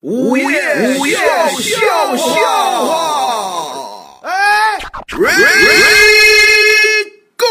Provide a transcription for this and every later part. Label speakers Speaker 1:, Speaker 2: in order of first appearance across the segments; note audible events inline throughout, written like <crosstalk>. Speaker 1: 午夜午夜笑笑话，哎，Ready Go！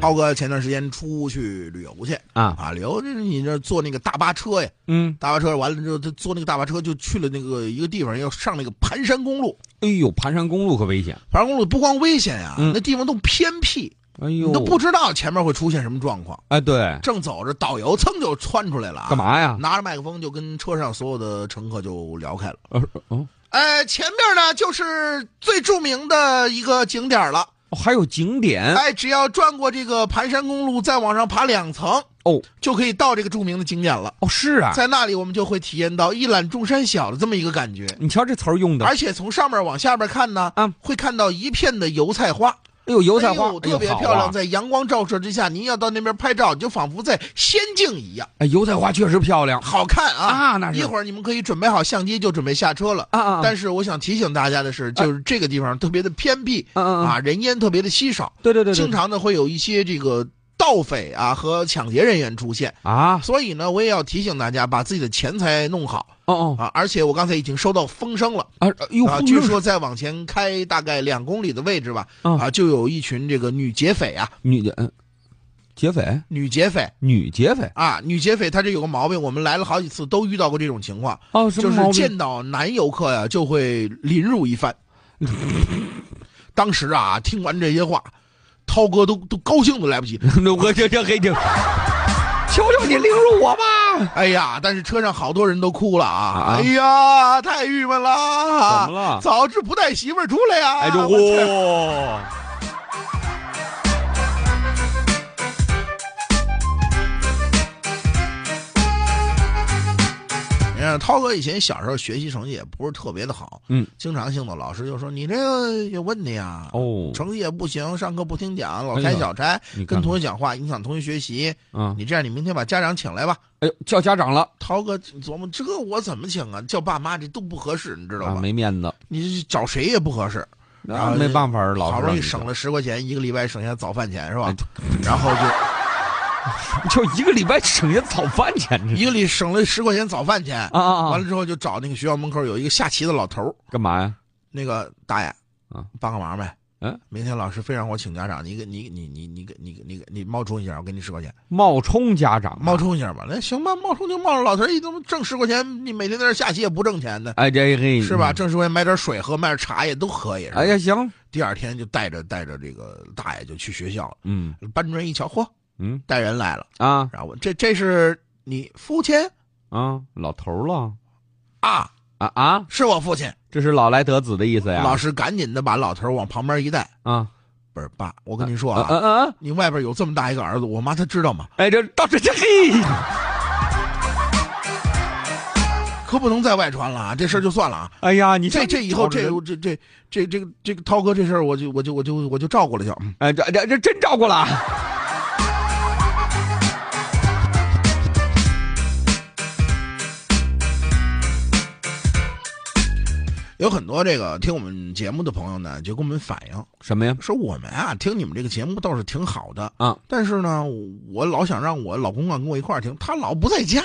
Speaker 1: 涛哥前段时间出去旅游去
Speaker 2: 啊
Speaker 1: 啊，旅游就是你这坐那个大巴车呀，
Speaker 2: 嗯，
Speaker 1: 大巴车完了之后，他坐那个大巴车就去了那个一个地方，要上那个盘山公路。
Speaker 2: 哎呦，盘山公路可危险！
Speaker 1: 盘山公路不光危险呀，
Speaker 2: 嗯
Speaker 1: 那地方都偏僻，
Speaker 2: 哎呦，
Speaker 1: 你都不知道前面会出现什么状况。
Speaker 2: 哎，对，
Speaker 1: 正走着，导游噌就窜出来了、啊，
Speaker 2: 干？嘛呀？
Speaker 1: 拿着麦克风就跟车上所有的乘客就聊开了。
Speaker 2: 呃哦，
Speaker 1: 呃，前面呢就是最著名的一个景点了。
Speaker 2: 哦还有景点
Speaker 1: 哎，只要转过这个盘山公路，再往上爬两层，
Speaker 2: 哦
Speaker 1: 就可以到这个著名的景点了。
Speaker 2: 哦，是啊，
Speaker 1: 在那里，我们就会体验到一览众山小的这么一个感觉。
Speaker 2: 你瞧这词儿用的，哎
Speaker 1: 而且从上面往下边看呢，
Speaker 2: 啊
Speaker 1: 会看到一片的油菜花，
Speaker 2: 呦，油菜
Speaker 1: 哎
Speaker 2: 花
Speaker 1: 呦特别
Speaker 2: 哎呦好啊
Speaker 1: 漂亮，在阳光照射之下，您要到那边拍照，你就仿佛在仙境一样，
Speaker 2: 哎，油菜花确实漂亮
Speaker 1: 好看啊！
Speaker 2: 啊，那是
Speaker 1: 一会儿你们可以准备好相机，就准备下车了。
Speaker 2: 啊啊，
Speaker 1: 但
Speaker 2: 是
Speaker 1: 是我想提醒大家的是，就是这个地方特别的偏僻
Speaker 2: 嗯嗯
Speaker 1: 啊，
Speaker 2: 啊，
Speaker 1: 人烟特别的稀少，
Speaker 2: 对对对对，
Speaker 1: 经常呢会有一些这个盗匪啊和抢劫人员出现，
Speaker 2: 啊，
Speaker 1: 所以呢我也要提醒大家把自己的钱财弄好
Speaker 2: 哦哦
Speaker 1: 啊！而且我刚才已经收到风声了。
Speaker 2: 啊，哎呦
Speaker 1: 啊，，
Speaker 2: 呼
Speaker 1: 据
Speaker 2: 噜
Speaker 1: 说再往前开大概两公里的位置吧，
Speaker 2: 嗯
Speaker 1: 啊，就有一群这个女劫匪啊，
Speaker 2: 女的，嗯，劫匪，
Speaker 1: 女劫匪
Speaker 2: 女劫匪，
Speaker 1: 啊，女劫匪她这有个毛病，我们来了好几次都遇到过这种情况，
Speaker 2: 哦，什
Speaker 1: 就
Speaker 2: 么
Speaker 1: 是
Speaker 2: 毛
Speaker 1: 见
Speaker 2: 病？
Speaker 1: 到男游客呀、就会凌辱一番。当时啊，听完这些话，涛哥都都高兴都来不
Speaker 2: <laughs>
Speaker 1: 及。
Speaker 2: <laughs> 我这这黑警，求求你凌辱我吧！
Speaker 1: 哎呀，但是车上好多人都哭了啊！
Speaker 2: 啊
Speaker 1: 哎呀，太郁闷了，啊
Speaker 2: 怎么了
Speaker 1: 早知不带媳妇儿出来呀、
Speaker 2: 哎，就
Speaker 1: 啊我才
Speaker 2: 嚯，
Speaker 1: 你看涛哥以前小时候学习成绩也不是特别的好，
Speaker 2: 嗯，
Speaker 1: 经常性的老师就说你这个有问题啊，
Speaker 2: 哦，
Speaker 1: 成绩也不行，上课不听讲，老
Speaker 2: 哎
Speaker 1: 开
Speaker 2: 呀
Speaker 1: 小差，
Speaker 2: 你
Speaker 1: 跟
Speaker 2: 看看
Speaker 1: 同学讲话影响同学学习。
Speaker 2: 啊，
Speaker 1: 你这样，你明天把家长请来吧。
Speaker 2: 哎呦，叫家长了。
Speaker 1: 涛哥琢磨，这我怎么请啊？叫爸妈这都不合适，你知道
Speaker 2: 啊，
Speaker 1: 吧？
Speaker 2: 没面子，
Speaker 1: 你找谁也不合适。
Speaker 2: 那、
Speaker 1: 然后
Speaker 2: 没
Speaker 1: 就
Speaker 2: 办法儿，老师
Speaker 1: 好不容易
Speaker 2: 让你
Speaker 1: 省
Speaker 2: 的
Speaker 1: 了十块钱，一个礼拜省下早饭钱是吧？
Speaker 2: 哎
Speaker 1: 然后就 <laughs>
Speaker 2: 就一个礼拜省下早饭钱，这
Speaker 1: 一个礼省了十块钱早饭钱，
Speaker 2: 啊啊
Speaker 1: 完
Speaker 2: 啊
Speaker 1: 了！之后就找那个学校门口有一个下棋的老头儿，
Speaker 2: 干嘛呀？
Speaker 1: 那个大爷
Speaker 2: 啊，
Speaker 1: 帮个忙呗。
Speaker 2: 嗯，
Speaker 1: 明天老师非让我请家长，你给你你你你给你给你给你冒充一下，我给你十块钱，
Speaker 2: 冒充家长啊，
Speaker 1: 冒充一下吧。那行吧，冒充就冒充。老头儿一他妈挣十块钱，你每天在这下棋也不挣钱的，
Speaker 2: 哎这嘿
Speaker 1: 是吧？
Speaker 2: 嗯
Speaker 1: 挣十块钱买点水喝，买点茶也都可以。是吧
Speaker 2: 哎呀，，行，
Speaker 1: 第二天就带着带着这个大爷就去学校了。
Speaker 2: 嗯
Speaker 1: 班主任一瞧，嚯，
Speaker 2: 嗯
Speaker 1: 带人来了，
Speaker 2: 啊
Speaker 1: 然后我这这是你父亲
Speaker 2: 啊，老头儿了
Speaker 1: 啊？
Speaker 2: 啊啊，
Speaker 1: 是我父亲。
Speaker 2: 这是老来得子的意思呀？
Speaker 1: 老师赶紧的把老头儿往旁边一带，
Speaker 2: 啊，
Speaker 1: 不是爸，我跟您说啊，
Speaker 2: 嗯嗯嗯，
Speaker 1: 你外边有这么大一个儿子，我妈她知道吗？
Speaker 2: 哎这到这这嘿，
Speaker 1: 可不能再外传了啊！这事儿就算了啊。
Speaker 2: 哎呀，你
Speaker 1: 这
Speaker 2: 看
Speaker 1: 这以后
Speaker 2: 瞅着
Speaker 1: 这
Speaker 2: 人
Speaker 1: 这这这这个这个涛哥这事儿，我就我就我就我就照顾了就。嗯
Speaker 2: 哎这这这真照顾了啊，
Speaker 1: 有很多这个听我们节目的朋友呢，就跟我们反映
Speaker 2: 什么呀？
Speaker 1: 说，我们啊听你们这个节目倒是挺好的
Speaker 2: 啊，
Speaker 1: 但是呢，我老想让我老公啊跟我一块儿听，他老不在家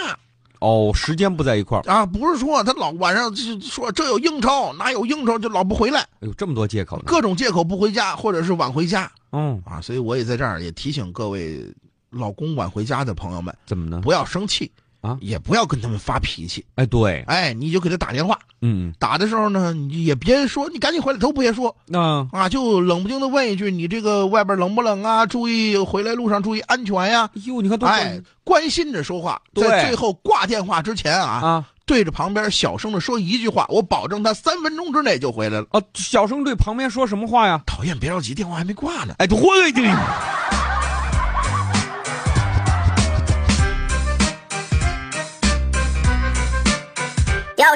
Speaker 2: 哦，时间不在一块儿，
Speaker 1: 啊，不是说他老晚上就说这有应酬，哪有应酬就老不回来，
Speaker 2: 哎呦，这么多借口呢，
Speaker 1: 各种借口不回家，或者是晚回家
Speaker 2: 嗯，
Speaker 1: 啊，所以我也在这儿也提醒各位老公晚回家的朋友们。
Speaker 2: 怎么呢？
Speaker 1: 不要生气
Speaker 2: 啊
Speaker 1: 也不要跟他们发脾气。
Speaker 2: 哎对，
Speaker 1: 哎，你就给他打电话，
Speaker 2: 嗯，
Speaker 1: 打的时候呢，你也别说你赶紧回来，都别说
Speaker 2: 那、哎
Speaker 1: 啊，就冷不丁的问一句，你这个外边冷不冷啊？注意回来路上注意安全呀、
Speaker 2: 哎呦，你看都
Speaker 1: 哎，关心着说话，
Speaker 2: 对
Speaker 1: 在最后挂电话之前啊，
Speaker 2: 啊。
Speaker 1: 对着旁边小声的说一句话，我保证他三分钟之内就回来了。
Speaker 2: 啊，小声对旁边说什么话呀？
Speaker 1: 讨厌，别着急，电话还没挂呢。
Speaker 2: 哎，我这里
Speaker 3: 要